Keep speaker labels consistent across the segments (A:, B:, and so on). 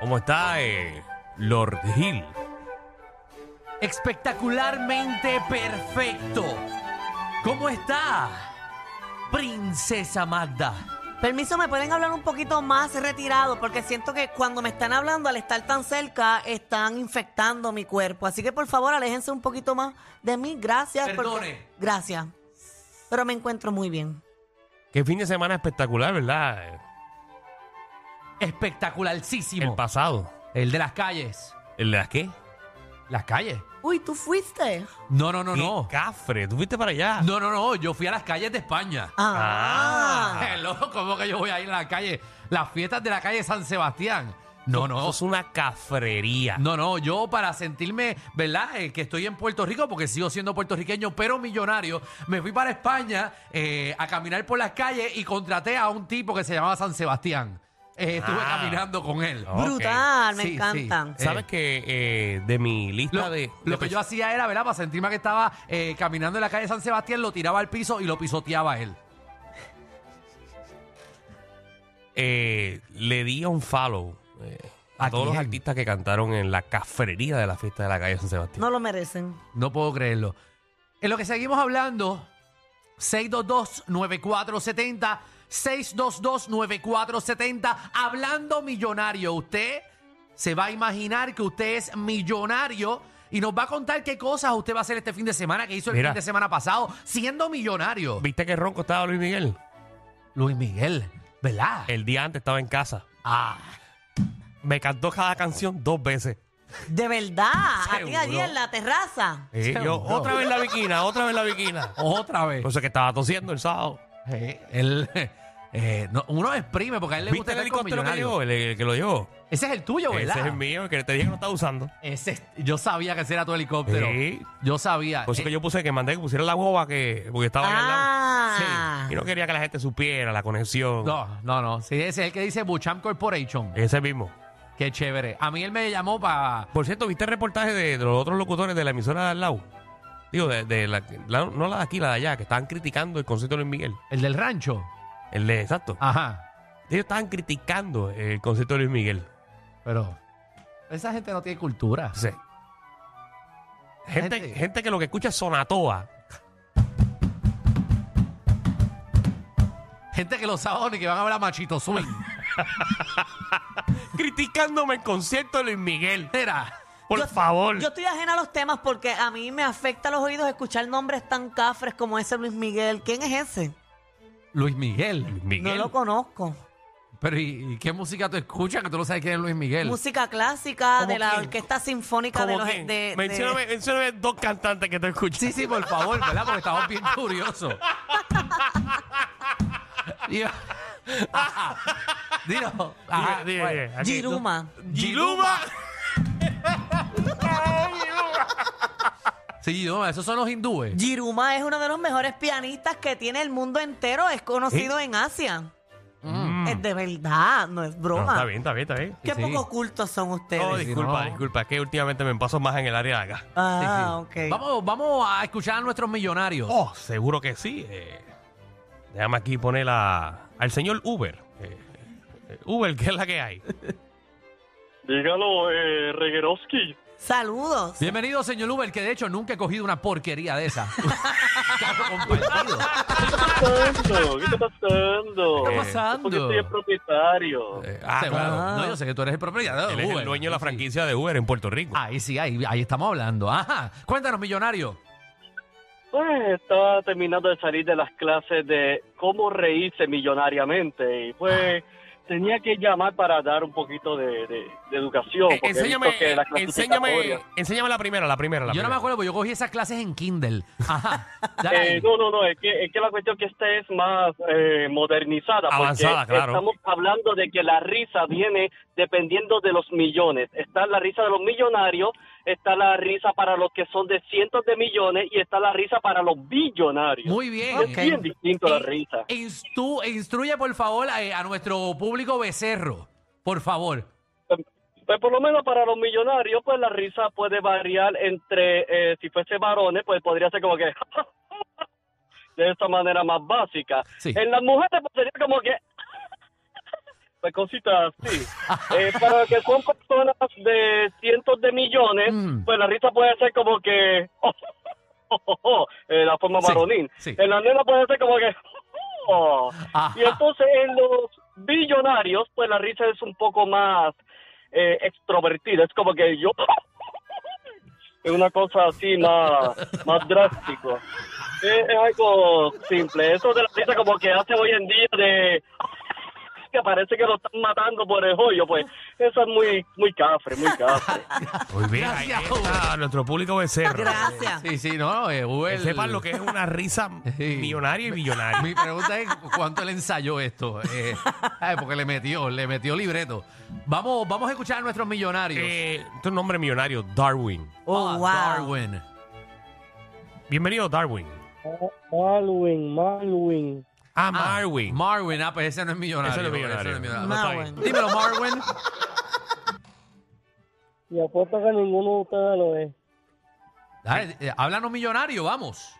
A: ¿Cómo está eh, Lord Hill?
B: Espectacularmente perfecto. ¿Cómo está? Princesa Magda.
C: Permiso, ¿me pueden hablar un poquito más retirado? Porque siento que cuando me están hablando, al estar tan cerca, están infectando mi cuerpo. Así que, por favor, aléjense un poquito más de mí. Gracias. porque-
B: Perdone.
C: Gracias. Pero me encuentro muy bien.
A: Qué fin de semana espectacular, ¿verdad?
B: Espectacularcísimo.
A: El pasado.
B: El de las calles.
A: ¿El de las qué?
B: ¿Las calles?
C: Uy, ¿tú fuiste?
B: No, no, no,
A: ¿Qué
B: no.
A: Cafre, ¿tú fuiste para allá?
B: No, no, no. Yo fui a las calles de España.
C: Ah.
A: Ah.
B: Hello, ¿Cómo que yo voy a ir a la calle? Las fiestas de la calle San Sebastián. No,
A: Eso
B: no.
A: es una cafrería.
B: No, no, yo para sentirme, ¿verdad? Eh, que estoy en Puerto Rico, porque sigo siendo puertorriqueño, pero millonario, me fui para España eh, a caminar por las calles y contraté a un tipo que se llamaba San Sebastián. Eh, estuve
A: Ah.
B: caminando con él.
A: Ok.
C: Brutal, me
B: Sí, sí.
C: encantan.
A: ¿Sabes
B: eh.
A: que eh, de mi lista
B: Lo,
A: de...
B: lo
A: de
B: que yo hacía era, ¿verdad? Para sentirme que estaba eh, caminando en la calle San Sebastián, lo tiraba al piso y lo pisoteaba a él.
A: eh, le di a un follow eh, a,
B: ¿A
A: todos los
B: quién?
A: artistas que cantaron en la cafrería de la fiesta de la calle San Sebastián.
C: No lo merecen.
B: No puedo creerlo. En lo que seguimos hablando, 622-9470, 622-9470, hablando millonario. Usted se va a imaginar que usted es millonario y nos va a contar qué cosas usted va a hacer este fin de semana, que hizo el
A: Mira.
B: fin de semana pasado, siendo millonario.
A: ¿Viste que ronco estaba Luis Miguel?
B: Luis Miguel, ¿verdad?
A: El día antes estaba en casa.
B: Ah,
A: Me cantó cada canción dos veces.
C: De verdad. Aquí,
A: Seguro.
C: allí en la terraza.
A: Eh, yo,
B: Seguro.
A: otra vez la viquina, otra vez la viquina.
B: otra vez.
A: Por eso es que estaba tosiendo el sábado.
B: Eh, él, eh, no, uno exprime porque a él le
A: ¿Viste el
B: gusta estar con
A: helicóptero que
B: millonarios.
A: llegó? El, el que lo llevó.
B: Ese es el tuyo,
A: Ese
B: ¿verdad?
A: es el mío, el que te dije que no estaba usando.
B: Ese es- yo sabía que ese era tu helicóptero.
A: Sí.
B: Yo sabía.
A: Por eso que
B: Eh,
A: yo puse que mandé que pusiera la boba que, porque estaba ahí al lado.
C: Ah.
A: Y no quería que la gente supiera la conexión.
B: No, no, no. Sí, ese es el que dice Bucham Corporation.
A: Ese mismo.
B: Qué chévere. A mí él me llamó para.
A: Por cierto, ¿viste el reportaje de, de los otros locutores de la emisora de al lado? Digo, de, de la, la- no la de aquí, la de allá, que estaban criticando el concierto de Luis Miguel.
B: El del rancho.
A: El de, exacto.
C: Ah.
B: Ajá.
A: Ellos estaban criticando el concierto de Luis Miguel.
B: Pero. Esa gente no tiene cultura.
A: Sí. Gente,
B: Gente-
A: gente que lo que escucha es Sonatoa.
B: Gente que los sábados ni que van a ver a Machito Swing.
A: Criticándome el concierto de Luis Miguel.
B: Era.
A: Por
C: Yo-
A: favor.
C: Yo estoy ajena a los temas porque a mí me afecta los oídos escuchar nombres tan cafres como ese Luis Miguel. ¿Quién es ese?
B: Luis Miguel.
A: Luis Miguel.
C: No lo conozco.
B: Pero ¿y, y qué música tú escuchas que tú no sabes quién es Luis Miguel?
C: Música clásica
A: ¿Cómo
C: de la
A: quién?
C: Orquesta Sinfónica de
A: ¿Cómo
C: los...
A: quién?
C: de- de-
A: Mencióname, mencióname dos cantantes que te escuchan.
B: Sí, sí, por favor, ¿verdad? Porque estamos bien curiosos. Y- Ajá. Dilo. Ajá,
A: Dime, dime,
B: bueno.
A: dime. Aquí,
C: Ah, Giruma.
A: dos- Giluma.
B: Sí, no, esos son los hindúes.
C: Giruma es uno de los mejores pianistas que tiene el mundo entero. Es conocido
D: ¿Eh?
C: en Asia. Es de verdad, no es
A: Mm. No,
C: broma.
A: está bien, está bien, está bien.
C: Qué
B: Sí.
C: poco cultos son ustedes.
A: No, disculpa,
B: no.
A: disculpa. Es que últimamente me paso más en el área de acá.
C: ah, ok.
B: Vamos, vamos a escuchar a nuestros millonarios.
A: Oh, seguro que sí. eh. déjame aquí poner a- al señor Uber. Eh, eh, Uber, que es la que hay.
E: Dígalo, eh, Reguerovsky.
C: Saludos.
B: Bienvenido, señor Uber, que de hecho nunca he cogido una porquería de esa. Carro compartido.
A: Eh,
E: ¿Qué está pasando? ¿Qué está pasando?
B: ¿Qué está
E: Es
B: pasando?
E: Porque soy el propietario.
B: Eh, ah,
A: Seguro.
B: claro. No, yo sé que tú eres el propietario de
A: Él es el
B: Uber.
A: dueño de la
B: Sí.
A: franquicia de Uber en Puerto
E: Ah,
A: Rico.
B: Ahí sí, ahí, ahí estamos hablando. Ajá. Cuéntanos, millonario.
E: Pues estaba terminando de salir de las clases de cómo reírse millonariamente. Y pues tenía que llamar para dar un poquito de, de- de educación.
A: Eh,
E: porque he visto
A: enséñame,
E: que la
A: enséñame,
E: clasificatoria-
A: enséñame la primera, la primera. La
B: Yo no me
A: primera.
B: acuerdo, porque yo cogí esas clases en Kindle. Ajá. Dale ahí.
E: Eh, no, no, no, es que, es que la cuestión que esta es más eh, modernizada. porque
A: Avanzada, claro.
E: Estamos hablando de que la risa viene dependiendo de los millones. Está la risa de los millonarios, está la risa para los que son de cientos de millones y está la risa para los billonarios.
B: Muy bien.
C: Ok.
E: Es bien distinto la
B: In-
E: risa.
B: instru- instruye, por favor, a, a nuestro público becerro. Por favor.
E: Pues por lo menos para los millonarios, pues la risa puede variar entre, eh, si fuese varones, pues podría ser como que de esa manera más básica.
B: Sí.
E: En las mujeres pues, sería como que pues cositas así. Eh, para los que son personas de cientos de millones,
B: Mm.
E: pues la risa puede ser como que... eh, la forma
B: Sí,
E: varonil.
B: sí.
E: En la nena puede ser como que...
B: Ajá.
E: Y entonces en los billonarios, pues la risa es un poco más eh, extrovertida. Es como que yo... Es una cosa así más, más drástico. Es, es algo simple. Eso de la risa como que hace hoy en día de que parece que lo están matando por el hoyo, pues eso es muy, muy cafre, muy cafre.
A: Muy bien, Pues ahí
B: Gracias,
A: está nuestro público becerro.
C: Gracias.
B: Sí, sí, no, eh,
A: Que
B: Google.
A: sepan lo que es una risa
B: Sí.
A: millonaria y billonaria.
B: Mi pregunta es cuánto le ensayó esto. Eh, ay, porque le metió, le metió libreto. Vamos, vamos a escuchar a nuestros millonarios.
A: Eh, este es un nombre millonario, Darwin.
C: Oh,
B: Ah,
C: wow.
B: Darwin.
A: Bienvenido, Darwin.
D: Malwin, Malwin.
A: Ah,
B: Ah,
A: Marwin.
B: Marwin, ah, pues ese no es millonario.
A: Ese no es millonario.
B: ese no es millonario.
A: No está ahí.
C: Marwin.
B: Dímelo, Marwin.
D: Y apuesto que ninguno de ustedes lo es.
B: Dale, eh, háblanos millonario, vamos.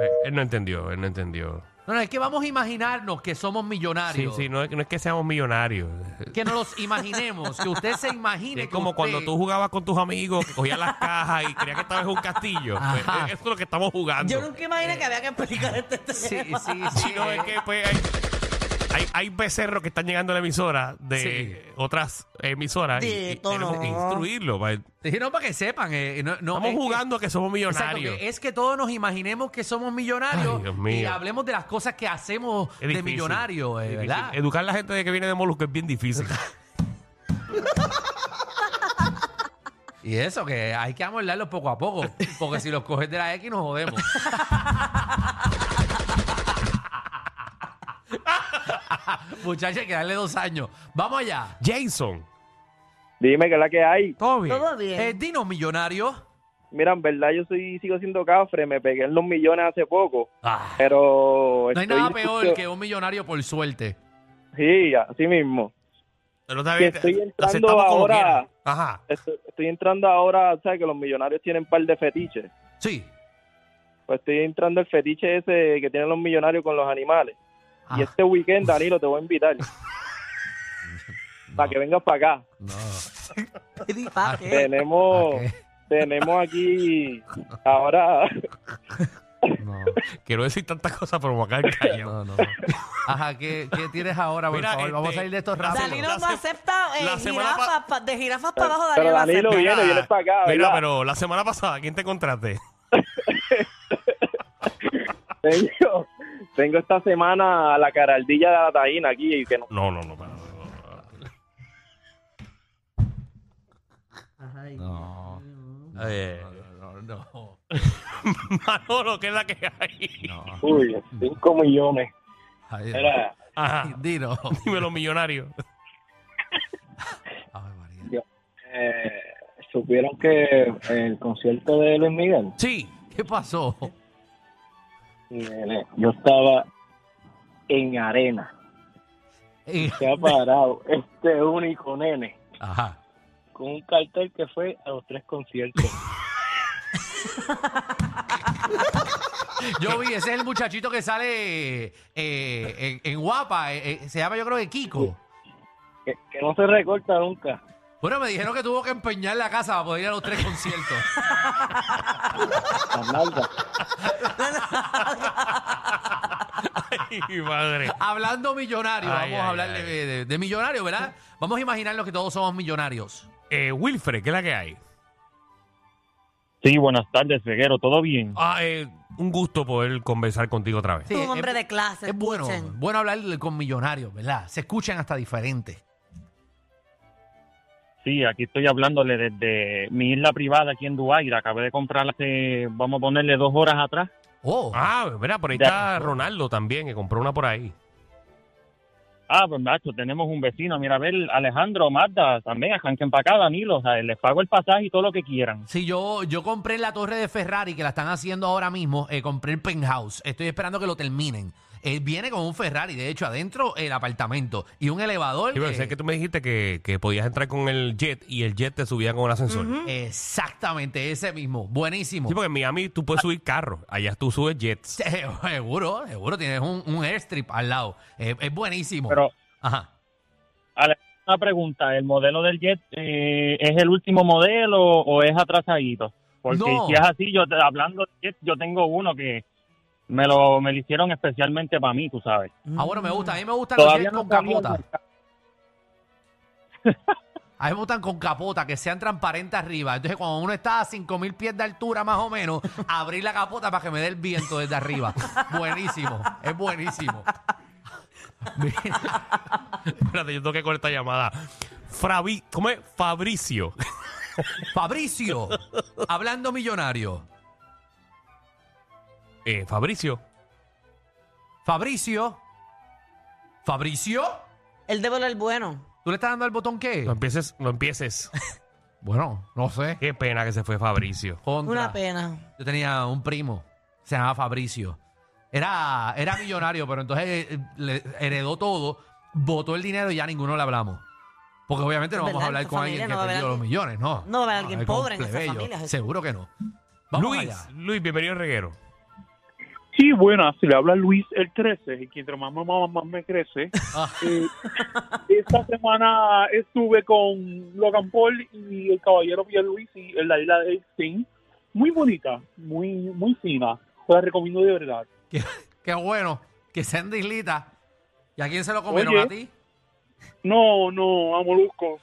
A: Eh, Él no entendió, él no entendió.
B: No, no, es que vamos a imaginarnos que somos
A: Sí,
B: millonarios.
A: sí, no es, no es que seamos millonarios.
B: Que nos los imaginemos, que usted se imagine.
A: Es
B: que
A: como
B: usted-
A: cuando tú jugabas con tus amigos, que cogías las cajas y creías que estabas en un castillo. Pues,
B: Ajá.
A: eso es lo que estamos jugando.
C: Yo nunca imaginé que había que explicar este tema.
B: Sí, sí, sí.
A: Si no, es que pues, hay, hay, hay becerros que están llegando a la emisora de otras emisoras. y- y,
C: Dito,
A: tenemos
C: no.
A: que instruirlo. pa-
B: Sí, no, para que sepan. eh, no- no,
A: Estamos
B: es que-
A: jugando a que somos
B: Exacto,
A: millonarios.
B: que es que todos nos imaginemos que somos millonarios
A: Ay, Dios
B: y
A: mío.
B: hablemos de las cosas que hacemos
A: Es difícil.
B: de millonarios, eh,
A: Difícil.
B: ¿verdad?
A: Educar a la gente de que viene de Molusco es bien difícil.
B: Y eso, que hay que amoldarlos poco a poco, porque si los coges de la X nos jodemos. Muchachos, hay que darle dos años. Vamos allá.
A: Jason,
D: Dime que es la que hay.
A: todo bien.
C: Todo bien.
B: Eh, dinos, millonario.
D: Mira, en verdad yo soy, sigo siendo cafre, me pegué en los millones hace poco,
B: Ah,
D: pero...
E: Pues,
B: no hay
D: estoy
B: nada peor
D: justo-
B: que un millonario por suerte.
D: Sí, así mismo.
A: Pero está bien,
D: que estoy
A: lo
D: entrando
A: aceptamos como
D: ahora.
A: quiera. Ajá.
D: Estoy, estoy entrando ahora, ¿sabes? Que los millonarios tienen un par de fetiches.
B: Sí.
D: Pues estoy entrando el fetiche ese que tienen los millonarios con los animales.
B: Ah,
D: Y este weekend, Danilo, te voy a invitar para que vengas para acá.
B: no.
C: ¿Para qué?
D: Tenemos...
B: ¿Para qué?
D: Tenemos aquí ahora
B: No,
A: Quiero decir tantas cosas, pero me voy a quedar callado.
B: no, no. Ajá, ¿qué, qué tienes ahora, por
A: Mira,
B: favor? Vamos a
A: este,
B: salir de estos
A: la
B: rápido.
C: Danilo
A: La
C: no
A: se-
C: acepta eh,
A: la semana
C: jirafas
A: pa-
C: pa- de jirafas para abajo.
D: Ah, Pero
C: Danilo, no
D: Danilo
C: acepta.
D: viene, viene para acá,
A: Mira,
D: ¿verdad?
A: pero la semana pasada, ¿quién te contraté?
D: tengo, tengo esta semana a la caraldilla de la taína aquí y que no.
A: No, no, no. para, no, no, no.
B: No.
A: Eh,
B: No, no, no.
A: Manolo, ¿qué es la que hay?
B: no.
D: Uy, 5 millones.
B: Ay,
D: Era,
A: Ajá.
B: Dino.
A: Dime los millonarios.
B: Ay, María.
D: eh, supieron que el concierto de Luis Miguel,
B: Sí. ¿Qué pasó?
D: Mire, eh, yo estaba en arena,
B: Eh,
D: se ha parado este único nene
B: Ajá.
D: con un cartel que fue a los tres conciertos.
B: Yo vi, ese es el muchachito que sale eh, en, en guapa. eh, eh, se llama, yo creo que Kiko.
D: Que, que no se recorta nunca.
B: Bueno, me dijeron que tuvo que empeñar la casa para poder ir a los tres conciertos.
D: Las nalgas.
A: Ay, madre.
B: Hablando millonario,
A: Ay,
B: vamos
A: ay,
B: a hablar de,
A: ay.
B: de- de millonario, ¿verdad? Vamos a imaginarnos que todos somos millonarios.
A: Eh, Wilfred, ¿qué es la que hay?
F: Sí, buenas tardes, Veguero, ¿todo bien?
A: Ah, eh, un gusto poder conversar contigo otra vez.
B: Sí,
C: Tú,
B: es-
C: hombre
B: es-
C: de clase.
B: Eh, Es bueno,
C: escuchen.
B: bueno hablar con millonarios, ¿verdad? Se escuchan hasta diferentes.
F: Sí, aquí estoy hablándole desde mi isla privada aquí en Dubái, la acabé de comprar hace, vamos a ponerle dos horas atrás.
B: Oh,
A: Ah, mira, por ahí
F: Ya.
A: está Ronaldo también, que compró una por ahí.
F: Ah, pues macho, tenemos un vecino, mira, a ver, Alejandro, Marta, también, arranquen para acá, Danilo, o sea, les pago el pasaje y todo lo que quieran.
B: Sí, yo, yo compré en la torre de Ferrari, que la están haciendo ahora mismo, eh, compré el penthouse. Estoy esperando que lo terminen. Él viene con un Ferrari, de hecho, adentro el apartamento y un elevador.
A: Sí, pero
B: eh,
A: sé que tú me dijiste que, que podías entrar con el jet y el jet te subía con el ascensor.
B: Exactamente, ese mismo. Buenísimo.
A: Sí, porque en Miami tú puedes subir carros. Allá tú subes jets.
B: Se- Seguro, seguro, tienes un, un airstrip al lado. Eh, es buenísimo.
F: Pero
B: Ajá.
F: Ale, una pregunta, ¿el modelo del jet eh, es el último modelo o es atrasadito? Porque
B: No.
F: si es así, yo te- hablando de jet, yo tengo uno que me lo, me lo hicieron especialmente para mí, tú sabes.
B: Ah, bueno,
C: Mm.
B: me gusta. A mí me gustan los
F: Todavía
B: jets
F: no
B: con
F: salió
B: capota. A mí me gustan con capota, que sean transparentes arriba. Entonces, cuando uno está a 5000 pies de altura, más o menos, abrir la capota para que me dé el viento desde arriba. buenísimo, es buenísimo.
A: Espérate, yo tengo que coger esta llamada. Fravi, ¿Cómo es? Fabricio.
B: Fabricio, hablando millonario.
A: Eh, Fabricio.
B: Fabricio, Fabricio,
C: El debe el bueno.
B: ¿tú le estás dando al botón
A: No
B: qué?
A: empieces, no empieces.
B: Bueno, no sé.
A: Qué pena que se fue Fabricio.
B: Contra.
C: Una pena.
B: Yo tenía un primo, se llamaba Fabricio. Era, era millonario, pero entonces eh, le heredó todo, votó el dinero y ya ninguno le hablamos. Porque obviamente no
C: Es
B: vamos
C: verdad,
B: a hablar
C: en tu
B: con
C: familia
B: alguien
C: no
B: que
C: va a haber
B: perdió los
C: alguien-
B: millones, no.
C: no va a haber
B: Vamos
C: alguien
B: hablar con
C: pobre en esas
B: plebeyos,
C: familias, Jesús.
B: Seguro que no. Vamos
A: Luis,
B: allá.
A: Luis, bienvenido al reguero.
G: Sí, buenas, se le habla Luis el 13, y mientras más, más, más, más me crece.
B: Ah.
G: Eh, esta semana estuve con Logan Paul y el caballero Pierluisi en la isla de Epstein. Muy bonita, muy muy fina, te la recomiendo de verdad.
B: Qué bueno, que sean de islita. ¿Y a quién se lo comieron?
G: Oye.
B: ¿A ti?
G: No, no, a Molusco.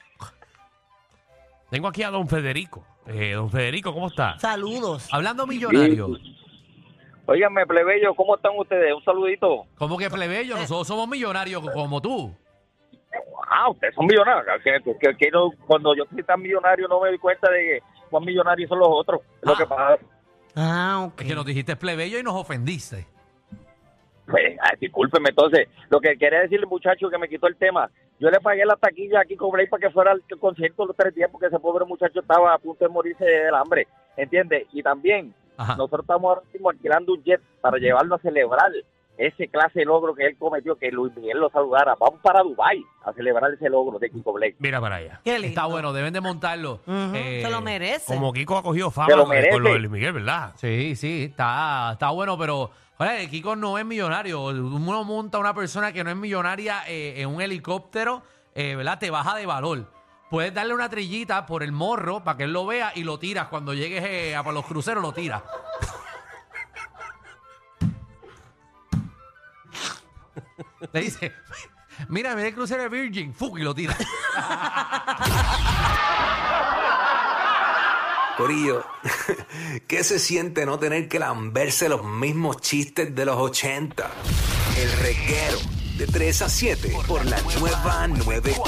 A: Tengo aquí a don Federico. Eh, don Federico, ¿cómo está?
C: Saludos.
B: Hablando millonario.
D: Óigame, plebeyo, ¿cómo están ustedes? Un saludito.
B: ¿Cómo que plebeyo?
C: Eh.
B: Nosotros somos millonarios como tú.
D: Ah, ustedes son millonarios. Que, que- que no- cuando yo soy tan millonario no me doy cuenta de cuán millonarios son los otros. Es
B: Ah.
D: Lo que pasa,
C: Ah, ok.
B: Es que nos dijiste plebeyo y nos ofendiste.
D: pues, ay, discúlpeme, entonces, lo que quería decirle muchacho que me quitó el tema, yo le pagué la taquilla aquí con Blake para que fuera al concierto los tres días porque ese pobre muchacho estaba a punto de morirse del hambre, ¿entiendes? Y también,
B: Ajá.
D: nosotros estamos ahora mismo alquilando un jet para llevarlo a celebrar ese clase de logro que él cometió, que Luis Miguel lo saludara. Vamos para Dubai a celebrar ese logro de Kiko Blake.
A: Mira para allá.
C: Qué lindo.
B: Está bueno, deben de montarlo.
C: Ujú,
B: Eh,
C: Se lo merece.
A: Como Kiko ha cogido fama
D: Se lo
A: con lo de- con lo de
D: merece.
A: Luis Miguel, ¿verdad?
B: Sí, sí, está, está bueno, pero oye, Kiko no es millonario. Uno monta a una persona que no es millonaria eh, en un helicóptero, eh, ¿verdad? Te baja de valor. Puedes darle una trillita por el morro para que él lo vea y lo tiras. Cuando llegues eh, a para los cruceros, lo tiras. Le dice, mira, mira el crucero de Virgin, fuck, y lo tira.
H: Corillo, ¿qué se siente no tener que lamberse los mismos chistes de los 80? El reguero de 3 a 7 por la nueva 9.